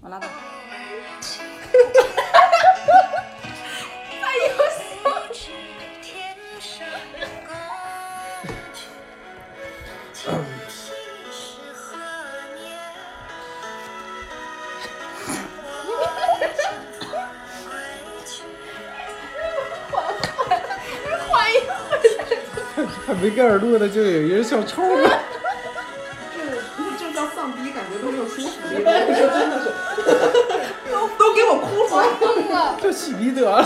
我拉倒。还没盖耳朵呢，就有一人笑抽了。这这叫丧逼，感觉都没有舒服。真的是， 都都给我哭出来。就洗鼻得了。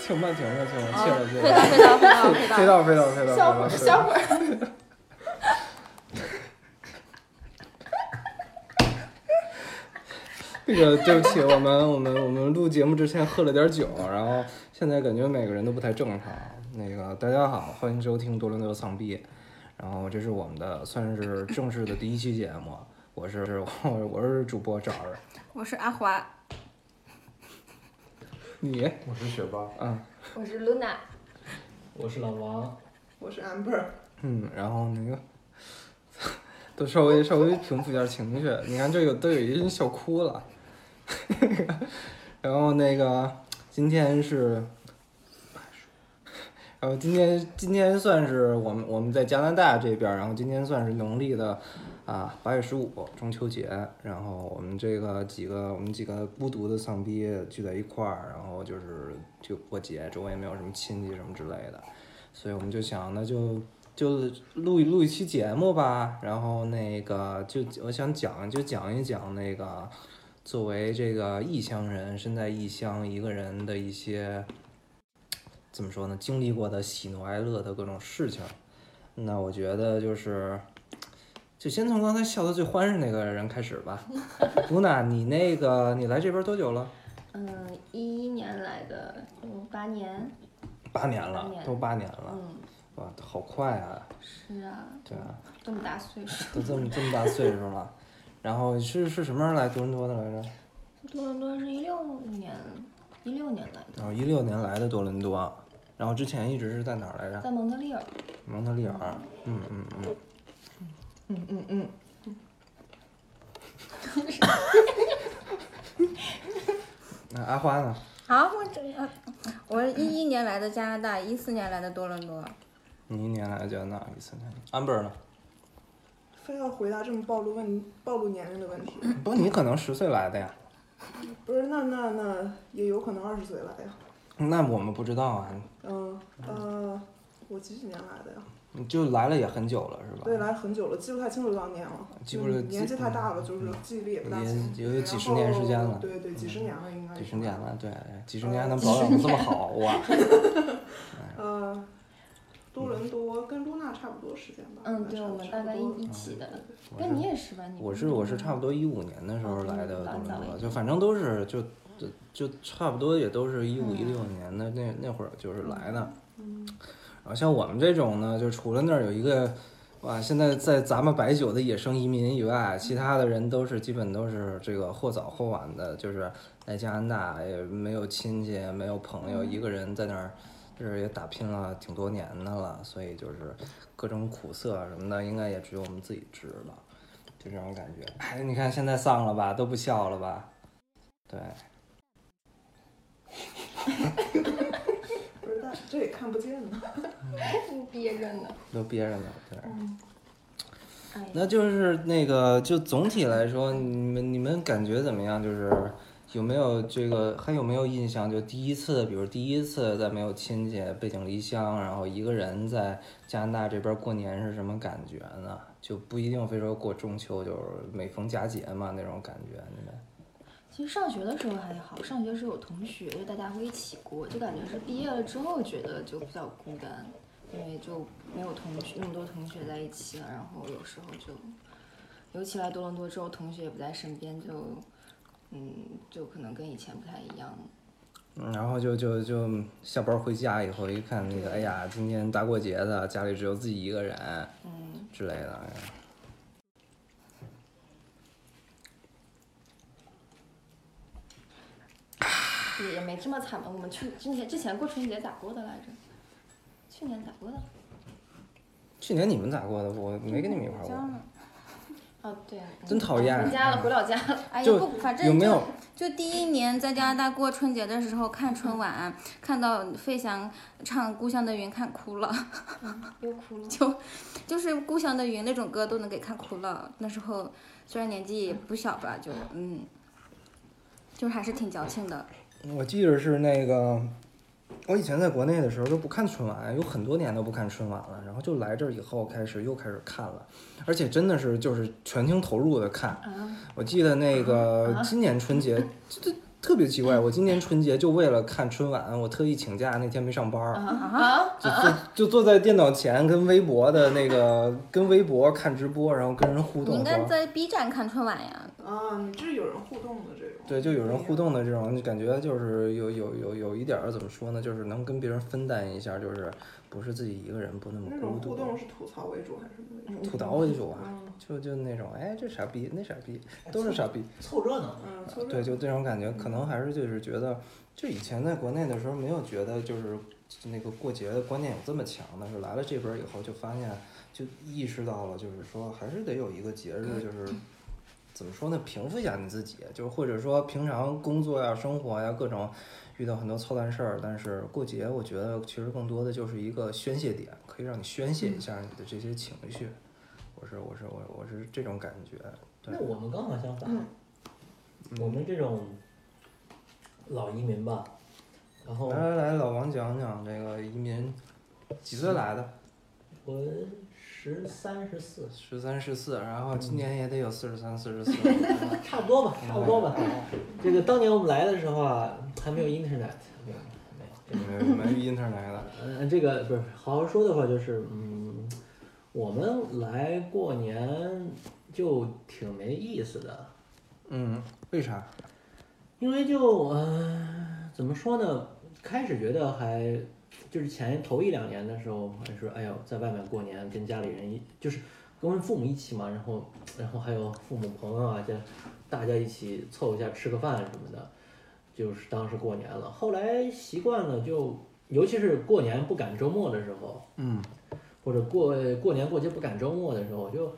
停吧，停吧，停吧，切了，切回到了。回到回啊到回飞到飞到飞到。到，小伙儿，小伙儿，这个对不起，我们我们我们录节目之前喝了点酒，然后现在感觉每个人都不太正常。那个大家好，欢迎收听多伦多丧逼，然后这是我们的算是正式的第一期节目，我是我我是主播找儿， 我是阿华，你我是学霸，啊我是 Luna，我是老王，我是 amber，嗯，然后那个都稍微稍微平复一下情绪，你看这有都有一人笑哭了， 然后那个今天是，然后今天今天算是我们我们在加拿大这边儿，然后今天算是农历的啊八月十五中秋节，然后我们这个几个我们几个孤独的丧逼聚在一块儿，然后就是就过节，周围也没有什么亲戚什么之类的，所以我们就想那就。就录一录一期节目吧，然后那个就我想讲就讲一讲那个作为这个异乡人，身在异乡一个人的一些怎么说呢？经历过的喜怒哀乐的各种事情。那我觉得就是，就先从刚才笑得最欢实那个人开始吧。露娜，你那个你来这边多久了？嗯，一一年来的，嗯，八年，八年了，八年都八年了，嗯，哇，好快啊！是啊，对啊，这么大岁数，都这么这么大岁数了。然后是是什么时候来多伦多的来着？多伦多是一六年，一六年来的，然后哦一六年来的多伦多，然后之前一直是在哪儿来着？在蒙特利尔，蒙特利尔。嗯嗯嗯。嗯嗯嗯，那阿花呢？好，我这啊我是一一年来的加拿大，一四年来的多伦多。你一年来加拿大一次年，amber 呢？非要回答这么暴露问暴露年龄的问题，不，你可能十岁来的呀，不是？那那那也有可能二十岁来呀。那我们不知道啊，嗯呃，我几几年来的呀？你就来了也很久了是吧？对，来很久了，记不太清楚当年了，记就不了记年纪太大了，就是嗯记忆力也不大也清。也有然几十年时间后了嗯对对，几十年了应该。几十年。了，对，几十年能保养的这么好 哇！呃，多伦多跟露娜差不多时间吧。嗯，对，差我不们差大不概多一一起的，我那你是也是吧？你我是我是差不多一五年的时候来的哦多早伦一多，点就反正都是就就就差不多也都是一五一六年的那那会儿就是来的，嗯，然啊后像我们这种呢，就除了那儿有一个，哇，现在在咱们白酒的野生移民以外，其他的人都是基本都是这个或早或晚的，就是来加拿大也没有亲戚，没有朋友，一个人在那儿。就是也打拼了挺多年的了，所以就是各种苦涩什么的，应该也只有我们自己知道，就这种感觉。哎，你看现在丧了吧，都不笑了吧？对，不是，但这也看不见呢。多憋着呢，都憋着呢。对，嗯哎呀，那就是那个，就总体来说，你们你们感觉怎么样？就是有没有这个，还有没有印象？就第一次，比如第一次在没有亲戚、背井离乡，然后一个人在加拿大这边过年是什么感觉呢？就不一定非说过中秋，就是每逢佳节嘛那种感觉，你们其实上学的时候还好，上学时候有同学，就大家会一起过，就感觉是毕业了之后觉得就比较孤单，因为就没有同学那么多同学在一起了，然后有时候就，尤其来多伦多之后，同学也不在身边，就，嗯，就可能跟以前不太一样了。嗯然后就就就下班回家以后一看那个，哎呀，今天大过节的，家里只有自己一个人嗯，之类的。哎呀也也没这么惨吧？我们去之前之前过春节咋过的来着？去年咋过的？去年你们咋过的？我没跟你们一块儿过我家。呢哦，对，真讨厌嗯回家了，回老家了。哎呀，就不，反正有没就有就第一年在加拿大过春节的时候看春晚，看到费翔唱《故乡的云》，看哭了， 又哭了。就就是《故乡的云》那种歌都能给看哭了。那时候虽然年纪也不小吧，就嗯，就还是挺矫情的。我记得是那个，我以前在国内的时候都不看春晚，有很多年都不看春晚了。然后就来这儿以后开始又开始看了，而且真的是就是全情投入的看。啊，我记得那个啊今年春节，这这特别奇怪，我今年春节就为了看春晚，我特意请假，那天没上班儿。啊就坐就坐在电脑前，跟微博的那个跟微博看直播，然后跟人互你动应该说，在 B 站看春晚呀，啊，你这有人互动的这种。对，就有人互动的这种感觉，就是有有有有一点儿怎么说呢，就是能跟别人分担一下，就是不是自己一个人不那嗯么那孤种互独，动是吐槽为主还是什么为主？吐槽为主啊，嗯就就那种哎这傻逼那傻逼哎都是傻逼，凑热闹。嗯，凑热对，闹就这种感觉，可能还是就是觉得，就以前在国内的时候没有觉得就是那个过节的观念有这么强，但是来了这边儿以后就发现，就意识到了，就是说还是得有一个节日，就是怎么说呢，平复一下你自己，就是或者说平常工作呀、生活呀各种遇到很多操蛋事儿，但是过节我觉得其实更多的就是一个宣泄点，可以让你宣泄一下你的这些情绪。我是我是我我是这种感觉，对那我们刚好相反，嗯我们这种老移民吧，然后来来来，老王讲讲这个移民几岁来的？我十三十四，十三、十四，然后今年也得有四十三、四十四。 差不多吧，差不多吧。这个当年我们来的时候啊，还没有 Internet，没有没有这个没有没有 Inter 来的，嗯，这个不是好好说的话，就是嗯，我们来过年就挺没意思的，嗯，为啥？因为就呃，怎么说呢？开始觉得还就是前头一两年的时候，还是哎呦，在外面过年跟家里人一就是跟父母一起嘛，然后然后还有父母朋友啊，这大家一起凑一下吃个饭什么的，就是当时过年了。后来习惯了就，尤其是过年不赶周末的时候，嗯，或者过过年过节不赶周末的时候，我就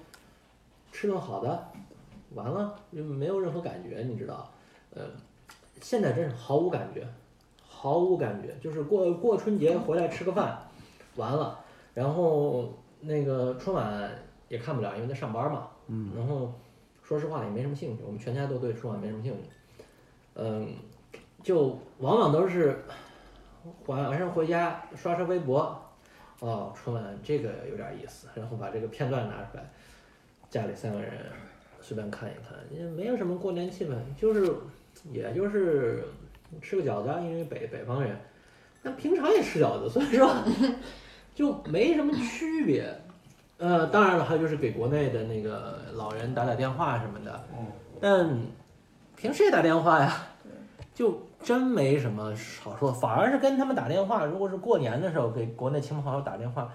吃顿好的，完了就没有任何感觉，你知道？呃，现在真是毫无感觉，毫无感觉，就是过过春节回来吃个饭，完了，然后那个春晚也看不了，因为在上班嘛。嗯。然后说实话也没什么兴趣，我们全家都对春晚没什么兴趣。嗯，就往往都是晚晚上回家刷刷微博，哦，春晚这个有点意思，然后把这个片段拿出来，家里三个人随便看一看，也没有什么过年气氛，就是也就是吃个饺子啊，因为北北方人，那平常也吃饺子，所以说就没什么区别。呃，当然了，还有就是给国内的那个老人打打电话什么的，但凭谁打电话呀？就真没什么好说，反而是跟他们打电话，如果是过年的时候给国内亲朋好友打电话，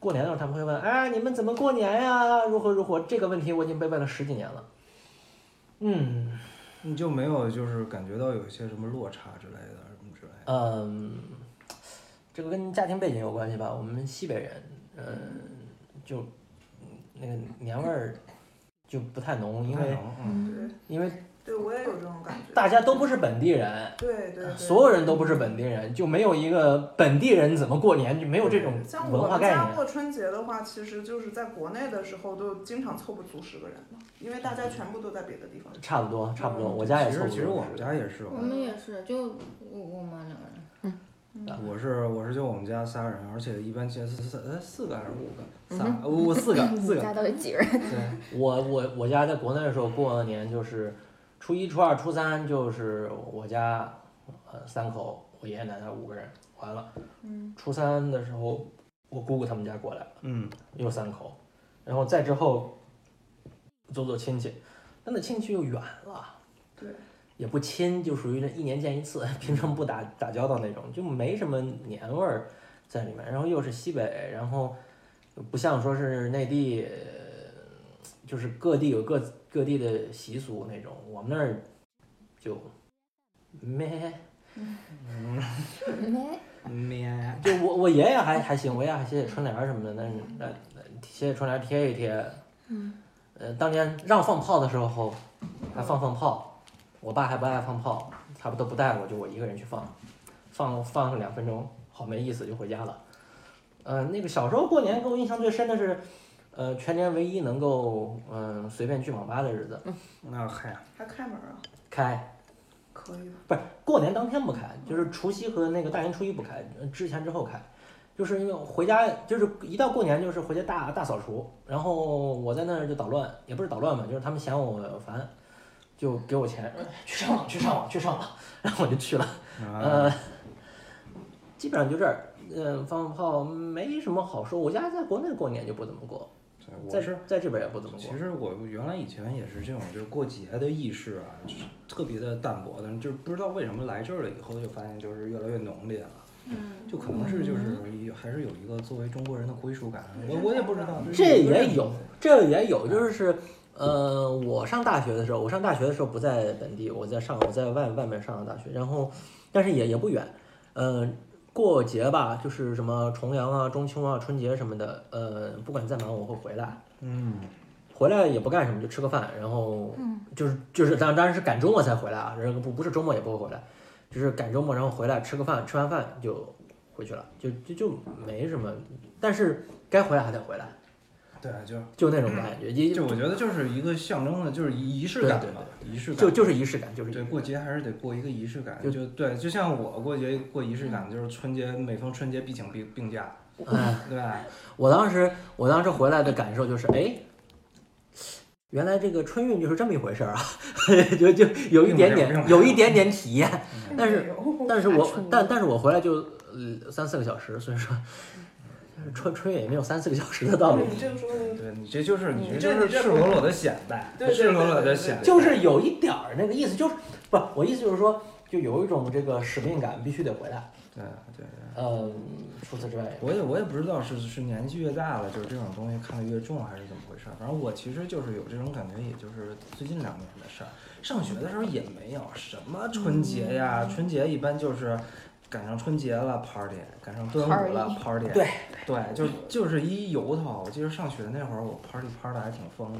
过年的时候他们会问，哎，你们怎么过年呀？如何如何？这个问题我已经被问了十几年了。嗯你就没有就是感觉到有一些什么落差之类的什么之类的？嗯，这个跟家庭背景有关系吧？我们西北人，嗯、就嗯那个年味儿就不太浓，因为嗯，对因为对，我也有这种感觉。大家都不是本地人，对对对，啊所有人都不是本地人，就没有一个本地人怎么过年，就没有这种像文我化们概家念。过春节的话，其实就是在国内的时候都经常凑不足十个人嘛，因为大家全部都在别的地方。差不多，差不多，我家也嗯其凑实不其实我多。们家也是，嗯我们也是，就我我妈两个人，我是我是就我们家仨人，而且一般其实四四呃四个还是五个，嗯仨呃五四 个四个，家到底几个人？对，我我我家在国内的时候过年就是初一、初二、初三，就是我家呃三口，我爷爷奶奶五个人，完了。嗯，初三的时候，我姑姑他们家过来了，嗯，又三口，然后再之后走走亲戚，但那亲戚又远了。对，也不亲，就属于那一年见一次，平常不打打交道那种，就没什么年味儿在里面。然后又是西北，然后不像说是内地，呃就是各地有各各地的习俗那种，我们那儿就没。 没，嗯咩， 就我我爷爷还还行，我爷爷还写写春联儿什么的，但是呃写写春联儿贴一贴，嗯，呃，当年让放炮的时候还放放炮，我爸还不爱放炮，他都不带我，就我一个人去放，放放了两分钟，好没意思就回家了。呃，那个小时候过年给我印象最深的是，呃，全年唯一能够嗯、随便去网吧的日子，那嗨，还开门啊？开可以吧，不是过年当天不开，就是除夕和那个大年初一不开，呃之前之后开。就是因为回家，就是一到过年就是回家大大扫除，然后我在那儿就捣乱，也不是捣乱吧，就是他们嫌我烦，就给我钱，呃去上网去上网去上网，然后我就去了。啊，呃，基本上就这儿。嗯，放炮没什么好说。我家在国内过年就不怎么过，对我在是在这边也不怎么过其。实我原来以前也是这种，就是过节的意识啊，就是特别的淡薄，但是就是不知道为什么来这儿了以后，就发现就是越来越浓烈了。嗯，就可能是就是嗯有还是有一个作为中国人的归属感，我我也不知道，这也有，这也有，就是呃，我上大学的时候，我上大学的时候不在本地，我在上我在外外面上的大学，然后但是也也不远，呃，过节吧，就是什么重阳啊、中秋啊、春节什么的，呃，不管再忙我会回来，嗯，回来也不干什么，就吃个饭，然后嗯就是就是当当然是赶周末才回来啊，然后不不是周末也不会回来，就是赶周末然后回来吃个饭，吃完饭就回去了，就就就没什么，但是该回来还得回来，对，就就那种感觉，也就我觉得就是一个象征的，就是仪式感对对吧，仪式感就就是仪式感，就是仪式对感过节还是得过一个仪式感，就就对，就像我过节过仪式感，就是春节每逢春节必请病病假，哎，对吧？我当时我当时回来的感受就是，哎，原来这个春运就是这么一回事儿啊， 就就有一点并点不是有一点点体验，但是没有但是大我春但但是我回来就呃三四个小时，所以说嗯就是 春春运也没有三四个小时的道理对， 你这个说的对你这就是你嗯这这就是你这赤裸裸的显摆，对对赤裸裸对的对对显摆，就是有一点儿那个意思，就是不我意思就是说，就有一种这个使命感，必须得回来。对对对。嗯，除此之外，我也我也不知道是是年纪越大了，就是这种东西看得越重，还是怎么回事儿。反正我其实就是有这种感觉，也就是最近两年的事儿。上学的时候也没有什么春节呀，嗯春节一般就是赶上春节了 party，赶上端午了 party，对对，就是就是一由头。我记得上学那会儿，我 party party 得还挺疯的。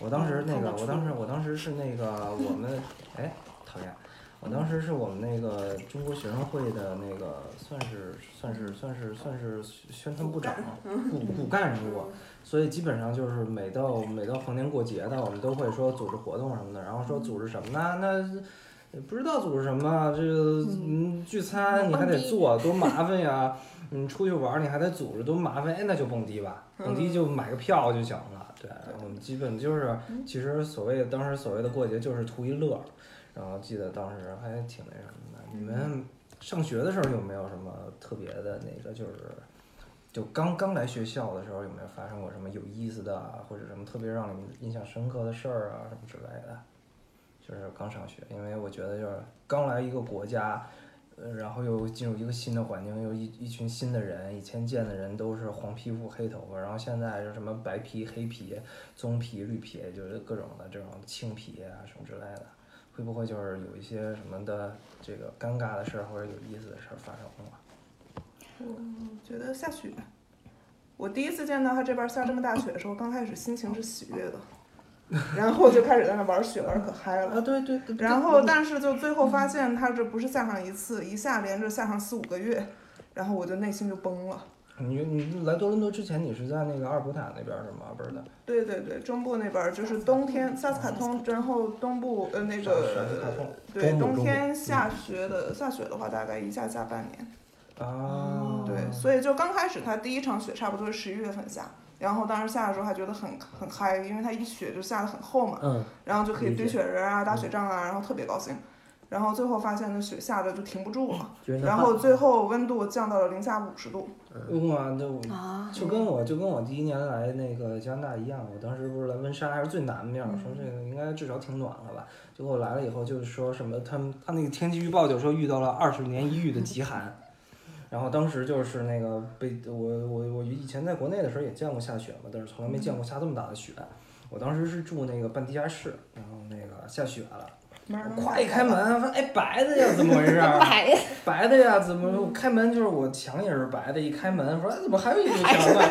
我当嗯时那个，我当时我当时是那个我们哎讨厌。我当时是我们那个中国学生会的那个，算是算是算是算是宣传部长骨骨干人物，所以基本上就是每到每到逢年过节的，我们都会说组织活动什么的，然后说组织什么呢？那也不知道组织什么，啊这个嗯聚餐你还得做，多麻烦呀！ 你出去玩儿你还得组织，多麻烦。哎，那就蹦迪吧，蹦迪就买个票就行了。对我们基本就是，其实所谓当时所谓的过节就是图一乐儿，然后记得当时还挺那什么的。你们上学的时候有没有什么特别的那个就是？就刚刚来学校的时候，有没有发生过什么有意思的啊，或者什么特别让你们印象深刻的事儿啊，什么之类的？就是刚上学，因为我觉得就是刚来一个国家，呃，然后又进入一个新的环境，又一一群新的人，以前见的人都是黄皮肤黑头发，然后现在就什么白皮、黑皮、棕皮、绿皮，就是各种的这种青皮啊什么之类的，会不会就是有一些什么的这个尴尬的事儿或者有意思的事儿发生过？嗯觉得下雪。我第一次见到他这边下这么大雪的时候，刚开始心情是喜悦的，然后就开始在那玩雪，玩可嗨了。啊，对对对。然后，但是就最后发现他这不是下上一次，一下连着下上四五个月，然后我就内心就崩了。你你来多伦多之前，你是在那个阿尔伯塔那边是吗？不是的，对对对，中部那边儿就是冬天萨斯卡通，然后东部呃那啥斯卡通个对中部冬嗯中天下雪的下雪的话，大概一下下半年。啊，嗯对，所以就刚开始它第一场雪差不多是十一月份下，然后当时下的时候还觉得很很嗨，因为它一雪就下得很厚嘛，嗯，然后就可以理解嗯堆雪人啊、打雪仗啊，然后特别高兴。然后最后发现那雪下的就停不住了，觉得然后最后温度降到了零下五十度。哇，那我啊，就跟我就跟我第一年来那个加拿大一样，我当时不是来温莎还是最南面儿，说这个应该至少挺暖和吧。结果来了以后就是说什么，他们他那个天气预报就说遇到了二十年一遇的极寒。然后当时就是那个被我我我以前在国内的时候也见过下雪嘛，但是从来没见过下这么大的雪。我当时是住那个半地下室，然后那个下雪了，我咵一开门，发现哎白的呀，怎么回事儿？白呀，嗯白的呀，怎么我开门就是我墙也是白的，一开门说哎怎么还有一堵墙呢？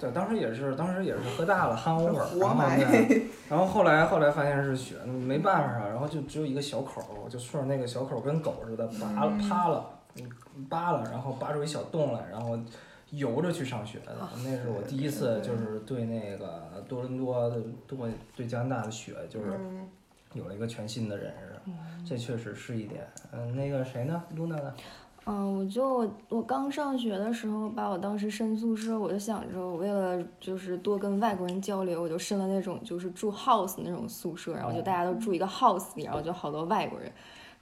对，当时也是，当时也是喝大了，hangover，活然后埋呢，然后后来后来发现是血，没办法啊，然后就只有一个小口儿，我就顺着那个小口儿跟狗似的拔了趴了，嗯扒了，然后扒出一小洞来，然后游着去上学的，那哦是我第一次就是对那个多伦多的对对加拿大的雪就是嗯，有了一个全新的认识，这确实是一点。嗯，那个谁呢？露娜呢？嗯，我就我刚上学的时候吧，我当时申宿舍，我就想着，我为了就是多跟外国人交流，我就申了那种就是住 house 那种宿舍，然后就大家都住一个 house 里，然后就好多外国人，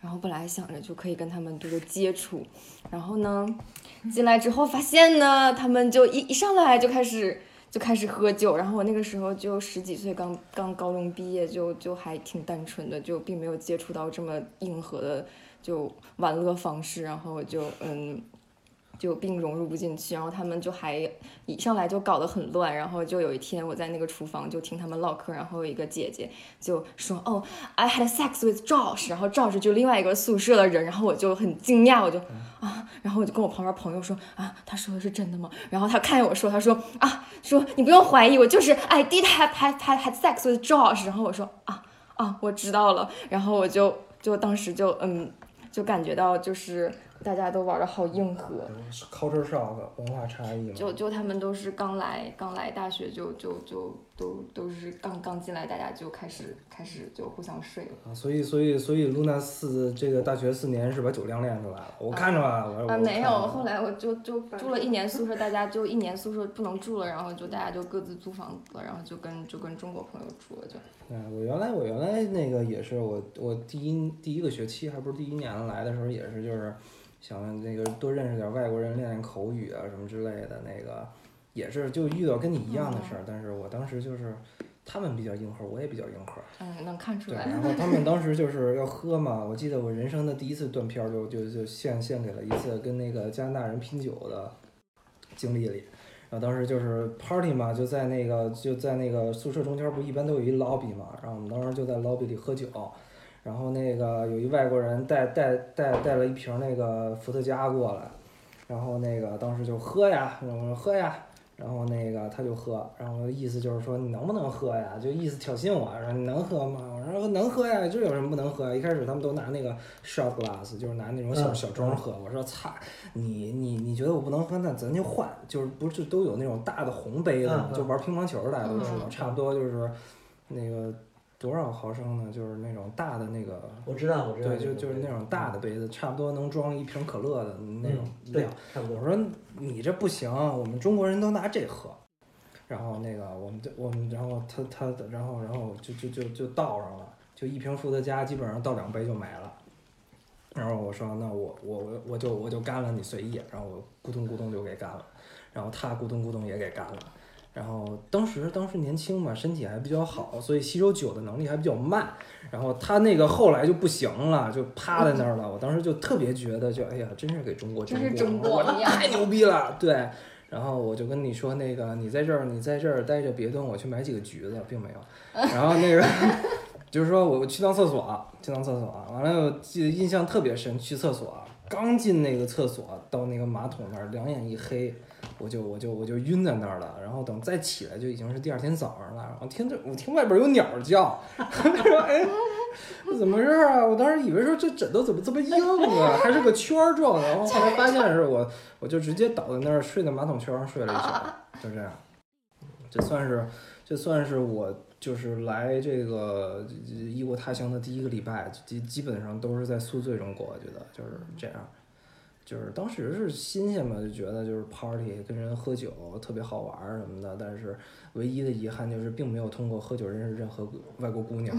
然后本来想着就可以跟他们多接触，然后呢，进来之后发现呢，他们就一一上来就开始就开始喝酒，然后我那个时候就十几岁刚，刚高中毕业就，就还挺单纯的，就并没有接触到这么硬核的就玩乐方式，然后我就嗯。就并融入不进去，然后他们就还一上来就搞得很乱，然后就有一天我在那个厨房就听他们唠嗑，然后有一个姐姐就说：“哦、i had sex with Josh。”然后 Josh 就另外一个宿舍的人，然后我就很惊讶，我就啊，然后我就跟我旁边朋友说：“啊，他说的是真的吗？”然后他看见我说：“他说啊，说你不用怀疑，我就是 I did have had had had sex with Josh。”然后我说：“啊啊，我知道了。”然后我就就当时就嗯，就感觉到就是大家都玩的好硬核， culture shock 文化差异嘛就，就他们都是刚来刚来大学就就就都都是刚刚进来，大家就开始开始就互相睡了。啊所以所以所以露娜四这个大学四年是把酒量练出来了，我看着了，哎我啊，我看没有，出来了后来我就就住了一年宿舍，大家就一年宿舍不能住了，然后就大家就各自租房子了，然后就跟就跟中国朋友住了，就嗯，我原来我原来那个也是我我第一第一个学期还不是第一年来的时候也是就是想那个多认识点外国人，练练口语啊什么之类的，那个也是就遇到跟你一样的事哦儿，但是我当时就是他们比较硬核，我也比较硬核，嗯，能看出对，来。然后他们当时就是要喝嘛，我记得我人生的第一次断片儿就就就献献给了一次跟那个加拿大人拼酒的经历里。然后当时就是 party 嘛，就在那个就在那个宿舍中间不一般都有一 lobby 嘛，然后我们当时就在 lobby 里喝酒，然后那个有一外国人带带带带了一瓶那个伏特加过来，然后那个当时就喝呀，我说喝呀，然后那个他就喝，然后意思就是说你能不能喝呀？就意思挑衅我，说你能喝吗？我说能喝呀，这有什么不能喝呀？一开始他们都拿那个 shot glass，就是拿那种小嗯小盅喝。我说擦，你你你觉得我不能喝，那咱就换，就是不是都有那种大的红杯子嘛，嗯嗯就玩乒乓球的大家都知道，嗯差不多就是那个多少毫升呢？就是那种大的那个我知道，我知道，对，就就是那种大的杯子，差不多能装一瓶可乐的那种嗯对量。，差不多我。说你这不行，我们中国人都拿这喝。然后那个我们就我们然后他他然后然后就就就就倒上了，就一瓶伏特加基本上倒两杯就没了。然后我说那我我我我就我就干了，你随意。然后我咕咚咕咚就给干了，然后他咕咚咕咚也给干了。然后当时当时年轻嘛，身体还比较好，所以吸收酒的能力还比较慢。然后他那个后来就不行了，就趴在那儿了。我当时就特别觉得就，哎呀，真是给中国真是争中光国了，了我呀太牛逼了，对。然后我就跟你说，那个你在这儿，你在这儿待着，别动，我去买几个橘子，并没有。然后那个 就是说我去趟厕所，去趟厕所，完了我记得印象特别深，去厕所刚进那个厕所，到那个马桶那儿，两眼一黑，我就我就我就晕在那儿了。然后等再起来，就已经是第二天早上了。然后听着我听外边有鸟儿叫，说哎。这怎么回事儿啊？我当时以为说这枕头怎么这么硬啊，还是个圈儿状的。然后后来发现是我，我就直接倒在那儿睡在马桶圈上睡了一宿，就这样。这算是，这算是我就是来这个异国他乡的第一个礼拜，基基本上都是在宿醉中过。我觉得就是这样，就是当时是新鲜嘛，就觉得就是 party 跟人喝酒特别好玩儿什么的，但是唯一的遗憾就是并没有通过喝酒认识任何外国姑娘，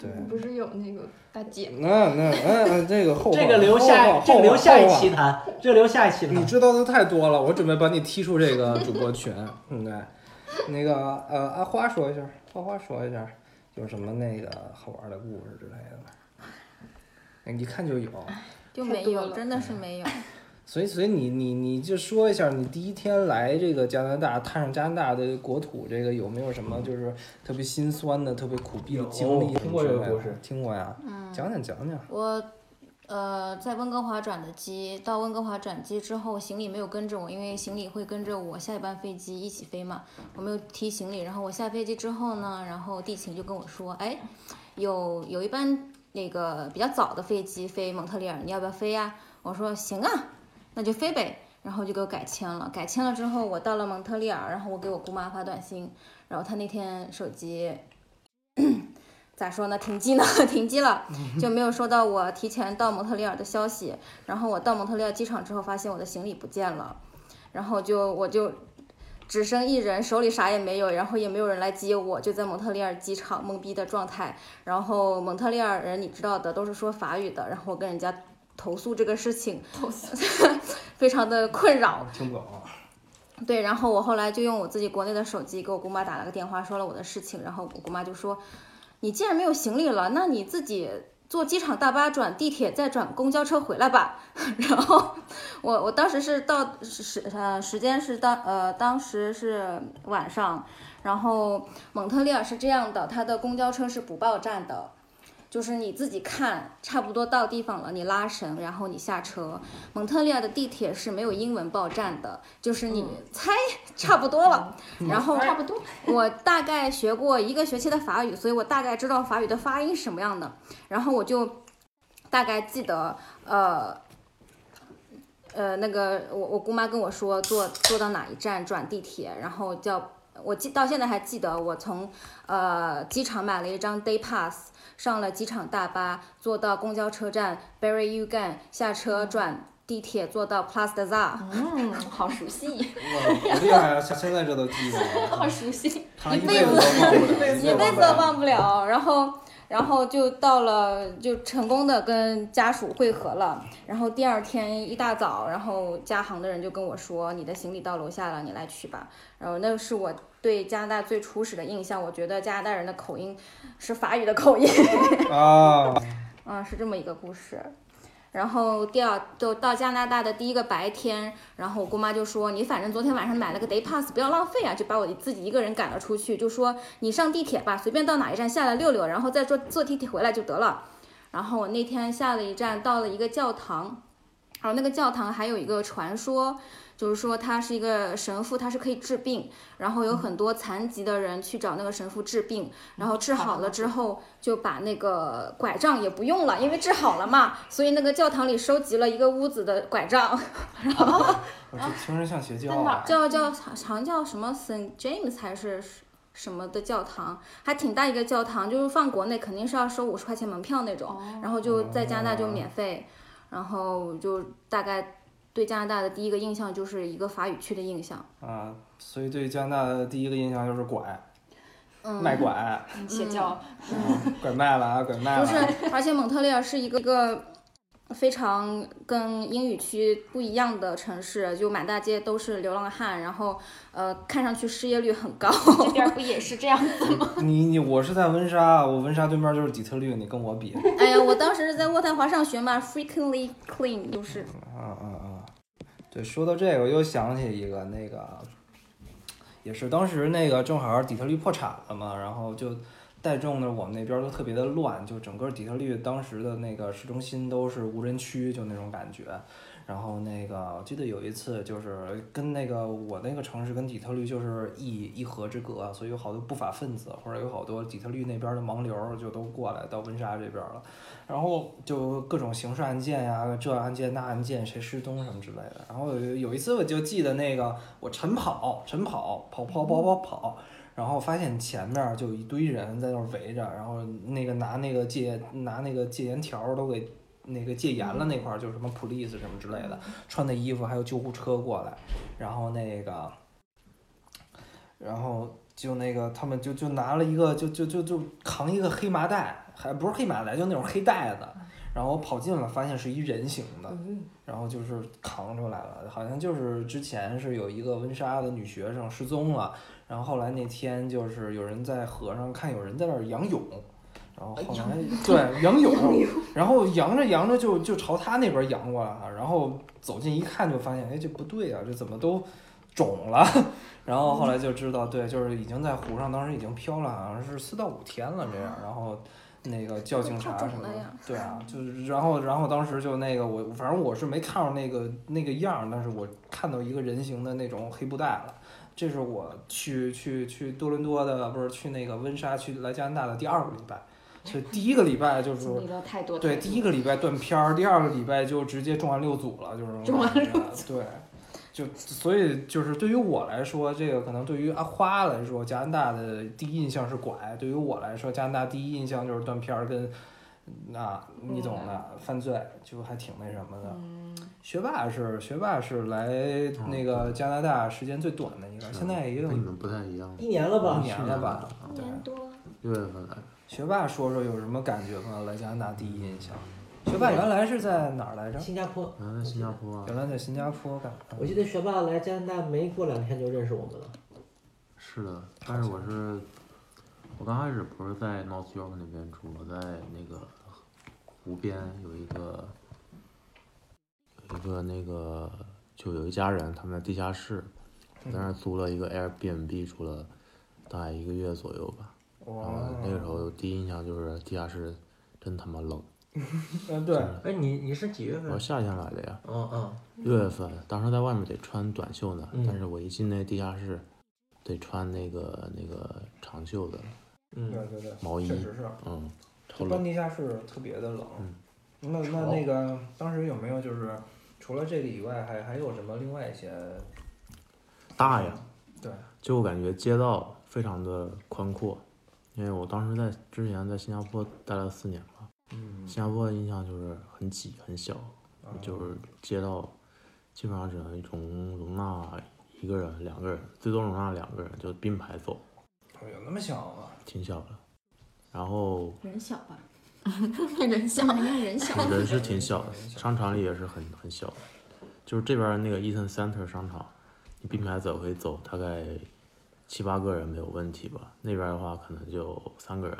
对。不是有那个大 姐吗？那那那那这个后话这个留下，后话这个留下一。后期话谈，这个留下一期你谈。知道的太多了，我准备把你踢出这个主播 群，嗯对。那个呃，阿花说一下，花花说一下，有什么那个好玩的故事之类的吗？哎一看就有，就太没多有，了真的是没有。所以所以你你你就说一下，你第一天来这个加拿大，踏上加拿大的国土，这个有没有什么就是特别心酸的、特别苦逼的有经历？听过这个故事，听过呀，讲讲讲讲。我呃，在温哥华转的机，到温哥华转机之后，行李没有跟着我，因为行李会跟着我下一班飞机一起飞嘛，我没有提行李。然后我下飞机之后呢，然后地勤就跟我说，哎，有有一班那个比较早的飞机飞蒙特利尔，你要不要飞呀、我说行啊，那就飞呗。然后就给我改签了，改签了之后，我到了蒙特利尔，然后我给我姑妈发短信，然后她那天手机 咋说呢，停机呢， 停机了。就没有收到我提前到蒙特利尔的消息。然后我到蒙特利尔机场之后，发现我的行李不见了，然后就我就只剩一人，手里啥也没有，然后也没有人来接我，就在蒙特利尔机场懵逼的状态。然后蒙特利尔人你知道的，都是说法语的，然后我跟人家投诉这个事情，投诉非常的困扰。听不啊懂。对，然后我后来就用我自己国内的手机给我姑妈打了个电话，说了我的事情，然后我姑妈就说：“你既然没有行李了，那你自己坐机场大巴转地铁，再转公交车回来吧。” 然后我我当时是到时呃时间是当呃当时是晚上，然后蒙特利尔是这样的，它的公交车是不报站的。就是你自己看，差不多到地方了，你拉绳，然后你下车。蒙特利尔的地铁是没有英文报站的，就是你猜 差不多了，然后差不多。 我大概学过一个学期的法语，所以我大概知道法语的发音是什么样的。然后我就大概记得，呃，呃，那个我我姑妈跟我说坐坐到哪一站转地铁，然后叫我记到现在还记得，我从呃机场买了一张 day pass，上了机场大巴，坐到公交车站 Barry Ugan，下车转地铁坐到 Place des Arts。 嗯，好熟悉，哇，好厉害啊！像现在这都记得 好了，熟悉。他一一辈辈子都子忘不了，一辈子都忘不了。然后，然后就到了，就成功的跟家属会合了。然后第二天一大早，然后家行的人就跟我说：“你的行李到楼下了，你来取吧。”然后那是我对加拿大最初始的印象。我觉得加拿大人的口音是法语的口音。 啊！嗯，是这么一个故事。然后第二就到加拿大的第一个白天，然后我姑妈就说：“你反正昨天晚上买了个 day pass，不要浪费啊！”就把我自己一个人赶了出去，就说：“你上地铁吧，随便到哪一站下来溜溜，然后再坐坐地铁回来就得了。”然后我那天下了一站，到了一个教堂，然后那个教堂还有一个传说，就是说他是一个神父，他是可以治病，然后有很多残疾的人去找那个神父治病，然后治好了之后就把那个拐杖也不用了，因为治好了嘛，所以那个教堂里收集了一个屋子的拐杖， 我这听着像邪教在哪啊儿！叫叫好像叫什么 St James 还是什么的教堂，还挺大一个教堂，就是放国内肯定是要收五十块钱门票那哦种，然后就在加拿大就免费，然后就大概对加拿大的第一个印象就是一个法语区的印象，啊，所以对加拿大的第一个印象就是拐，嗯，卖拐，邪 教，拐卖了啊，拐卖就了。是，而且蒙特利尔是一个一个非常跟英语区不一样的城市，就满大街都是流浪汉，然后呃，看上去失业率很高。这边不也是这样子吗？你你我是在温莎，我温莎对面就是底特律，你跟我比，哎呀，我当时是在渥太华上学嘛，frequently clean 就是啊啊啊！对，说到这个，我又想起一个那个，也是当时那个正好底特律破产了嘛，然后就带动的我们那边儿都特别的乱，就整个底特律当时的那个市中心都是无人区，就那种感觉。然后那个我记得有一次就是跟那个我那个城市跟底特律就是一一河之隔，所以有好多不法分子或者有好多底特律那边的盲流儿就都过来到温莎这边儿了。然后就各种刑事案件呀、这案件那案件，谁失踪什么之类的。然后有有一次我就记得那个我晨跑，晨跑，跑跑跑跑跑，然后发现前面儿就一堆人在那儿围着，然后那个拿那个戒拿那个戒烟条儿都给那个戒严了那块儿，就是什么 police 什么之类的，穿的衣服还有救护车过来，然后那个，然后就那个他们就就拿了一个就就就就扛一个黑麻袋，还不是黑麻袋，就那种黑袋子。然后跑进了，发现是一人形的，然后就是扛出来了。好像就是之前是有一个温莎的女学生失踪了，然后后来那天就是有人在河上看有人在那儿仰泳，然哎后后来对仰泳，然后扬着扬着就就朝他那边扬过来了，然后走近一看就发现，哎，这不对啊，这怎么都肿了？ 然后后来就知道，对，就是已经在湖上，当时已经漂了，好像是四到五天了这样。然后那个叫警察都什怕肿么了的呀，对啊，就是然后然后当时就那个我反正我是没看着那个那个样儿，但是我看到一个人形的那种黑布袋了。这是我去去去多伦多的，不是去那个温莎去来加拿大的第二个礼拜，所以第一个礼拜就是经历了太多。对，太第多一个礼拜断片儿，第二个礼拜就直接中完六组了，就是中完六组，对，就所以就是对于我来说，这个可能对于阿花来说，加拿大的第一印象是拐；对于我来说，加拿大第一印象就是断片儿跟啊，你懂的，犯罪就还挺那什么的。学霸是学霸是来那个加拿大时间最短的一个，现在也有跟你们不太一样，一年了吧一？年了吧？对，多，六月份来着，学霸说说有什么感觉吗？来加拿大第一印象？嗯学霸原来是在哪儿来着？新加坡，原来新加坡啊，原来在新加坡干，我记得学霸来加拿大没过两天就认识我们了。是的，但是我是，我刚开始不是在 North York 那边住，我在那个湖边有一个有一个那个就有一家人，他们在地下室，嗯我在那儿租了一个 Airbnb 住了大概一个月左右吧。然后哇，那个时候第一印象就是地下室真他妈冷，嗯，对，哎，你你是几月份我？夏天来的呀，嗯嗯，六月份，当时在外面得穿短袖呢，嗯但是我一进那地下室，得穿那个那个长袖的对嗯，对对，毛衣确，实是，嗯，超这冷关。地下室特别的冷。嗯那那潮那个当时有没有就是除了这个以外，还还有什么另外一些？大呀，对，就我感觉街道非常的宽阔，因为我当时在之前在新加坡待了四年吧，嗯，新加坡的印象就是很挤很小，啊就是街道基本上只能容容纳一个人、两个人，最多容纳两个人，就并排走，有那么小吗？挺小的。然后人小吧，人像那边人小。，人是挺小的，商场里也是很很小的，就是这边儿那个 Eaton Center 商场，你并排走可以走大概七八个人没有问题吧？那边儿的话可能就三个人，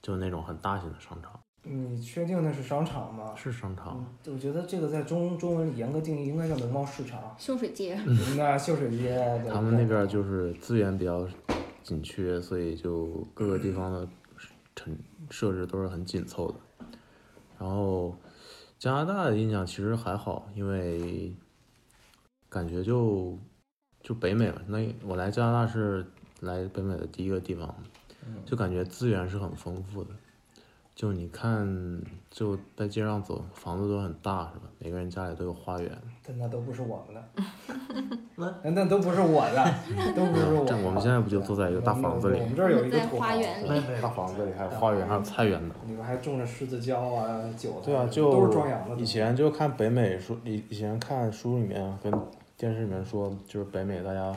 就那种很大型的商场，你确定那是商场吗？是商场嗯，我觉得这个在中中文里严格定义应该叫农贸市场秀水街，那秀水街。对嗯他们那边儿就是资源比较紧缺，所以就各个地方的陈设置都是很紧凑的。然后加拿大的印象其实还好，因为感觉就就北美嘛，那我来加拿大是来北美的第一个地方，嗯就感觉资源是很丰富的。就你看，就在街上走，房子都很大，是吧？每个人家里都有花园，但那都不是我们的，那那都不是我 的，都不是我的。这我们现在不就坐在一个大房子里我们这儿有一个啊在土花豪园里对大房子里嗯还有花园，还有菜园的。里面还种着狮子椒啊、韭菜，对啊，就都是壮阳的。以前就看北美书，以以前看书里面跟电视里面说，就是北美大家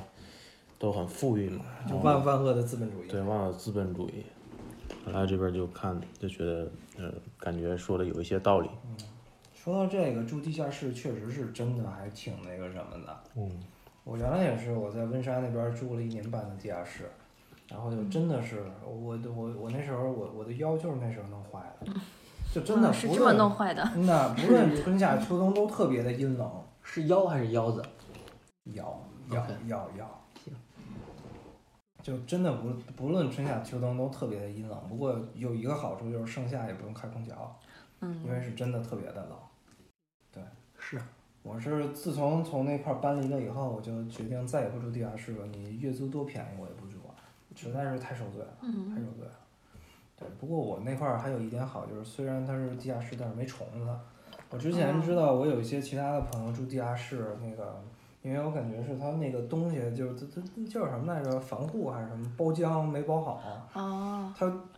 都很富裕嘛，就万万恶的资本主义。对，忘了资本主义。后来这边就看，就觉得，呃，感觉说的有一些道理。说到这个住地下室，确实是真的还挺那个什么的。嗯，我原来也是，我在温莎那边住了一年半的地下室，然后就真的是我我我那时候我我的腰就是那时候弄坏的，就真的啊嗯是不这么论弄坏的。那不论春夏秋冬都特别的阴冷，是腰还是腰子？要要 OK 要要行，就真的不不论春夏秋冬都特别的阴冷，不过有一个好处就是盛夏也不用开空调，因为嗯，是真的特别的冷。是，我是自从从那块儿搬离了以后，我就决定再也不住地下室了。你月租多便宜我也不住啊，实在是太受罪了，太嗯受罪了。对，不过我那块儿还有一点好，就是虽然它是地下室，但是没虫子。我之前知道我有一些其他的朋友住地下室，那个因为我感觉是它那个东西就是它它叫什么来着，防护还是什么包浆没包好，哦，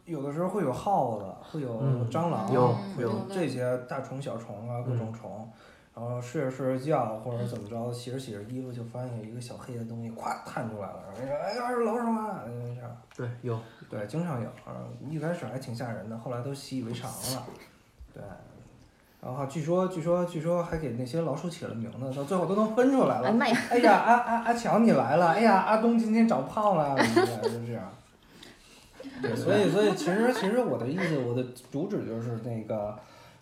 有的时候会有耗子，会有嗯蟑螂，有嗯会有这些大虫小虫啊，各种虫。然后睡着睡着觉，或者怎么着，洗着洗着衣服，就发现有一个小黑的东西，咵探出来了，然后说：“哎呀，是老鼠啊！”就这样，对，有。对，经常有。啊，一开始还挺吓人的，后来都习以为常了。对，然后据说，据说，据说还给那些老鼠起了名字，到最后都能分出来哎了。妈呀，哎呀，阿阿阿强你来了！哎呀，阿东今天长胖了，对，就这样。对，所以所以其实其实我的意思，我的主旨就是那个，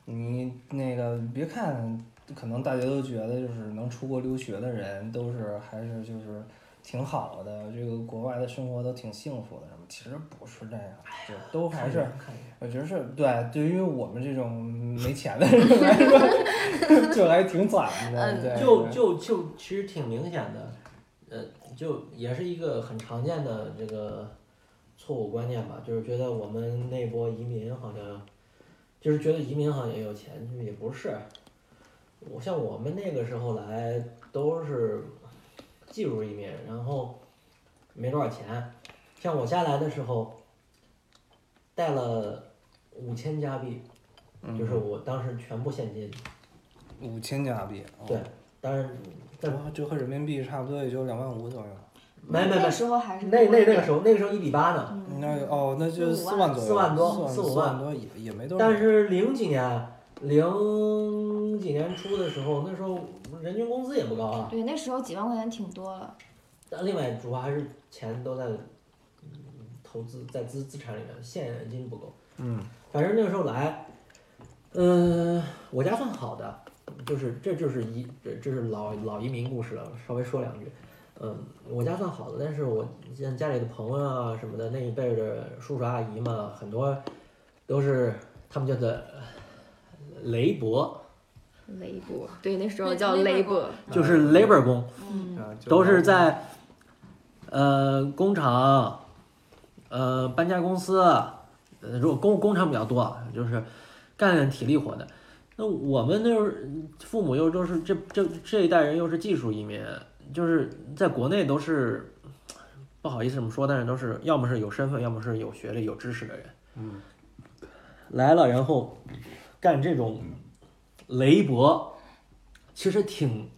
你那个别看，可能大家都觉得就是能出国留学的人都是还是就是挺好的，这个国外的生活都挺幸福的什么，其实不是这样，就都还是看一眼我觉得是对，对于我们这种没钱的人来说， 就还挺惨的。对，嗯就对就就其实挺明显的，呃，就也是一个很常见的这个错误观念吧，就是觉得我们那波移民好像，就是觉得移民好像也有钱，也不是。我像我们那个时候来都是技术移民，然后没多少钱。像我家来的时候，带了五千加币，就是我当时全部现金。五千加币，哦对，当然在哇，折合人民币差不多也就两万五左右。没没那没，时候还是那那那个时候，候那个时候一比八呢，嗯那哦，那就四万左右，四万多四四五万万多也也没多少。但是零几年零几年初的时候，那时候人均工资也不高啊。对，那时候几万块钱挺多了。但另外主要还是钱都在嗯投资在资资产里面，现金不够。嗯，反正那个时候来，嗯，我家算好的，就是这就是移这这是老老移民故事了，稍微说两句。嗯，我家算好的，但是我像家里的朋友啊什么的，那一辈的叔叔阿姨嘛，很多都是他们叫做呃雷伯，雷博，对，那时候那叫那雷会儿博，就是 labor 工，嗯，啊就都是在呃工厂、呃搬家公司，呃如果工工厂比较多，啊，就是干体力活的。那我们那是父母又都是这这这一代人又是技术移民，就是在国内都是不好意思这么说，但是都是要么是有身份，要么是有学历、有知识的人。嗯，来了，然后干这种嗯雷博，其实挺，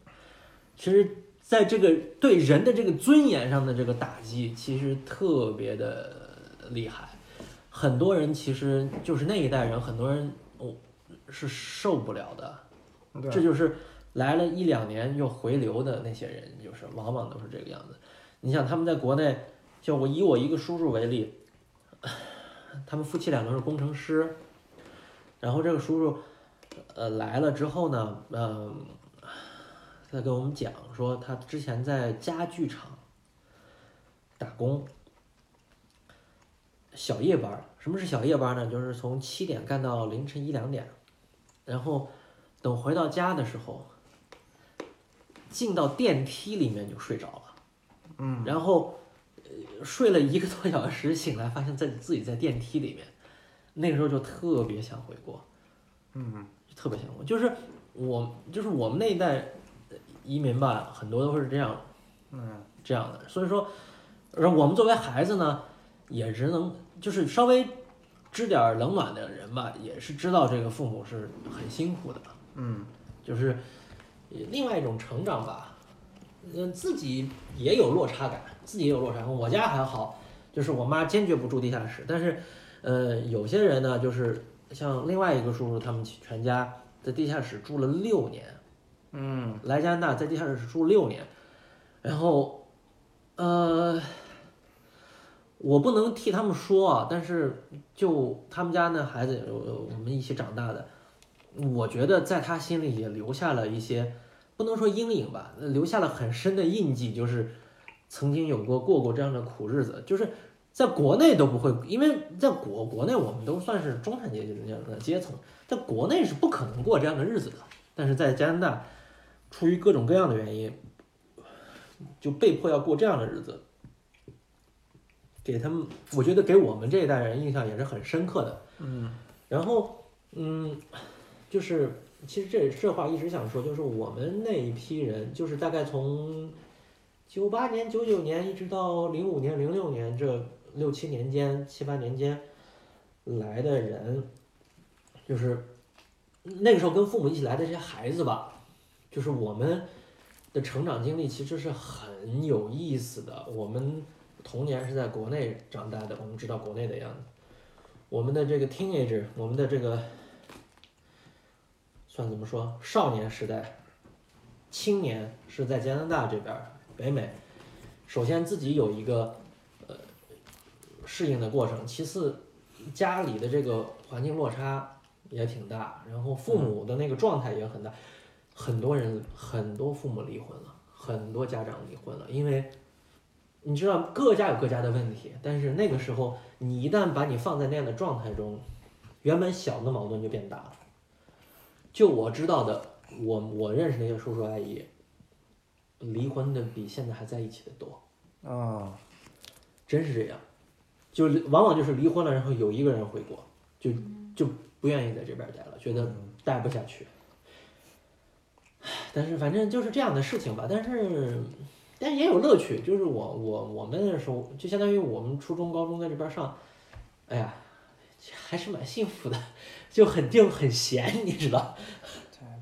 其实在这个对人的这个尊严上的这个打击，其实特别的厉害。很多人其实就是那一代人，很多人哦是受不了的。嗯对这就是来了一两年又回流的那些人，就是往往都是这个样子。你想他们在国内，就我以我一个叔叔为例， 他们夫妻俩都是工程师，然后这个叔叔，呃来了之后呢，嗯、他跟我们讲说他之前在家具厂打工。小夜班儿，什么是小夜班呢？就是从七点干到凌晨一两点，然后等回到家的时候，进到电梯里面就睡着了，嗯，然后、呃睡了一个多小时，醒来发现在自己在电梯里面，那个时候就特别想回国，嗯就特别想回，就是我就是我们那一代呃移民吧，很多都是这样嗯，这样的，所以说，而我们作为孩子呢，也只能就是稍微知点儿冷暖的人吧，也是知道这个父母是很辛苦的。嗯，就是另外一种成长吧。嗯，自己也有落差感，自己也有落差感。我家还好，就是我妈坚决不住地下室，但是，呃，有些人呢，就是像另外一个叔叔，他们全家在地下室住了六年。嗯，来加拿大在地下室住六年，然后，呃，我不能替他们说啊，但是就他们家那孩子，呃我们一起长大的，我觉得在他心里也留下了一些，不能说阴影吧，留下了很深的印记，就是曾经有过过过这样的苦日子，就是。在国内都不会，因为在国国内我们都算是中产阶级的这样的阶层，在国内是不可能过这样的日子的。但是在加拿大，出于各种各样的原因，就被迫要过这样的日子。给他们，我觉得给我们这一代人印象也是很深刻的。嗯，然后，嗯，就是其实这这话一直想说，就是我们那一批人，就是大概从九八年、九九年一直到零五年、零六年这六七年间、七八年间来的人，就是那个时候跟父母一起来的这些孩子吧，就是我们的成长经历其实是很有意思的。我们童年是在国内长大的，我们知道国内的样子。我们的这个 teenager，我们的这个算怎么说少年时代，青年是在加拿大这边儿北美，首先自己有一个呃适应的过程，其次家里的这个环境落差也挺大，然后父母的那个状态也很大，很多人很多父母离婚了，很多家长离婚了，因为你知道各家有各家的问题，但是那个时候你一旦把你放在那样的状态中，原本小的矛盾就变大了。就我知道的，我我认识那些叔叔阿姨，离婚的比现在还在一起的多，啊，真是这样。就往往就是离婚了，然后有一个人回国，就就不愿意在这边待了，觉得待不下去。 唉但是反正就是这样的事情吧，但是但也有乐趣。就是我我我们那时候就相当于我们初中高中在这边上，哎呀，还是蛮幸福的，就很定很闲，你知道？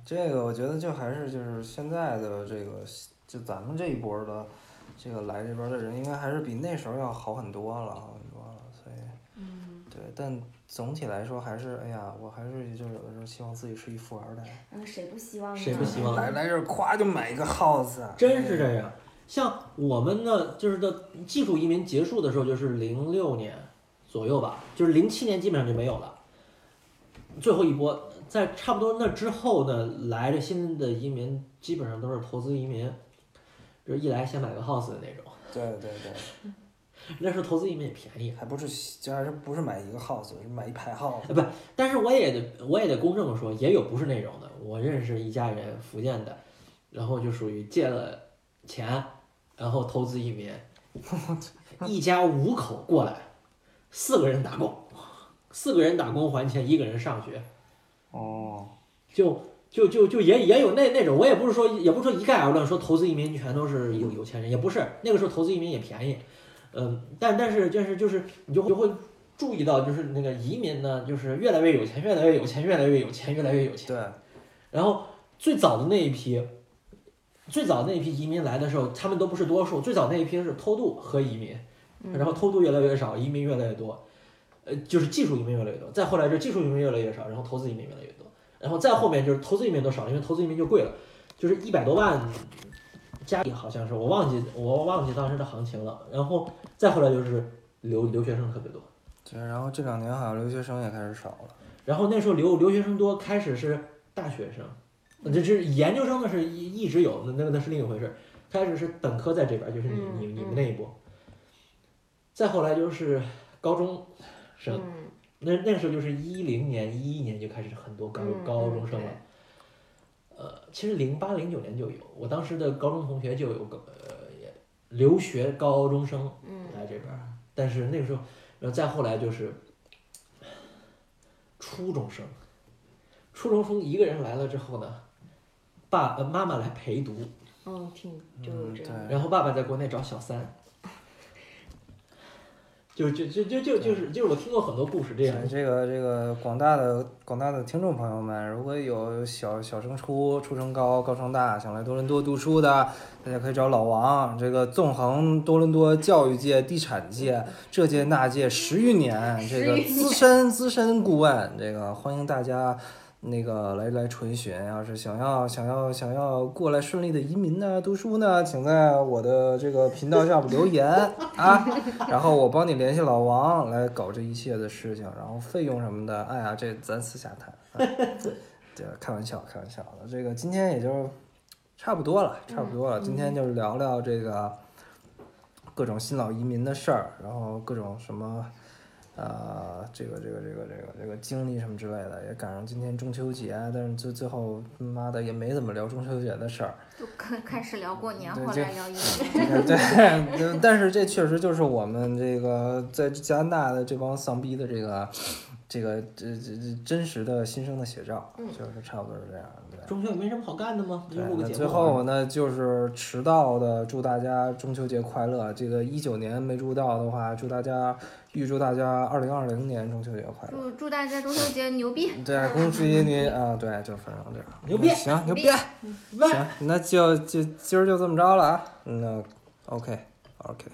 这个我觉得就还是就是现在的这个，就咱们这一波的，这个来这边的人，应该还是比那时候要好很多了，好很多了。所以，嗯，对，但总体来说还是，哎呀，我还是就有的时候希望自己是一富二代，嗯，谁不希望呢？谁不希望？来来这儿夸就买一个 house，啊真是这样。像我们呢，就是的技术移民结束的时候，就是零六年左右吧，就是零七年基本上就没有了。最后一波，在差不多那之后呢，来的新的移民基本上都是投资移民，就是一来先买个 house 的那种。对对对，那时候投资移民也便宜，还不是就还是不是买一个 house，是买一排 house，但是我也得我也得公正的说，也有不是那种的。我认识一家人，福建的，然后就属于借了钱，然后投资移民，一家五口过来，四个人打工，四个人打工还钱，一个人上学，哦，就就就就也也有那那种，我也不是说也不是说一概而论，说投资移民全都是有有钱人，也不是那个时候投资移民也便宜，嗯，但但是但是就是你就会就会注意到，就是那个移民呢，就是越来越有钱，越来越有钱，越来越有钱，越来越有钱。对，然后最早的那一批，最早那一批移民来的时候，他们都不是多数，最早那一批是偷渡和移民，然后偷渡越来越少，移民越来越多，呃，就是技术移民越来越多，再后来就是技术移民越来越少，然后投资移民越来越多，然后再后面就是投资移民都少了，因为投资移民就贵了，就是一百多万。加币好像是我忘记我忘记当时的行情了，然后再后来就是留留学生特别多，对，然后这两年好像留学生也开始少了，然后那时候留留学生多，开始是大学生，呃这是研究生的是一一直有，那那个那是另一回事儿。开始是本科在这边，就是你嗯你你们那一波，再后来就是高中生，嗯，那那时候就是一零年一一年就开始很多高嗯高中生了。呃，其实零八零九年就有，我当时的高中同学就有个呃也留学高中生嗯来这边儿，啊但是那个时候，然后再后来就是初中生，初中生一个人来了之后呢，爸呃妈妈来陪读，嗯，挺就有嗯，这对样。，然后爸爸在国内找小三，就就就就就就是就是我听过很多故事这样所以，这个这个广大的广大的听众朋友们，如果有小小升初、初升高、高升大，想来多伦多读书的，大家可以找老王。这个纵横多伦多教育界、地产界、这届那届十余年，这个资深资深顾问，这个欢迎大家。那个来来垂询，要是想要想要想要过来顺利的移民呢、读书呢，请在我的这个频道下面留言 啊，然后我帮你联系老王来搞这一切的事情，然后费用什么的，哎呀，这咱私下谈。啊对，开玩笑，开玩笑的。这个今天也就差不多了，差不多了。今天就是聊聊这个各种新老移民的事儿，然后各种什么。呃，这个这个这个这个这个经历什么之类的，也赶上今天中秋节，啊但是最最后妈的也没怎么聊中秋节的事儿。就开开始聊过年，对后这来聊移民。对，对，但是这确实就是我们这个在加拿大的这帮丧逼的这个这个这这这真实的心声的写照，就是差不多是这样。对。中秋也没什么好干的吗？就对录个那节目。最后呢，就是迟到的，祝大家中秋节快乐。这个一九年没祝到的话，祝大家预祝大家二零二零年中秋节快乐。祝祝大家中秋节牛逼！对，恭喜你啊！对，就反正这样。嗯牛逼行，牛逼逼！行，那就就今儿就这么着了啊。那嗯 OK，OK。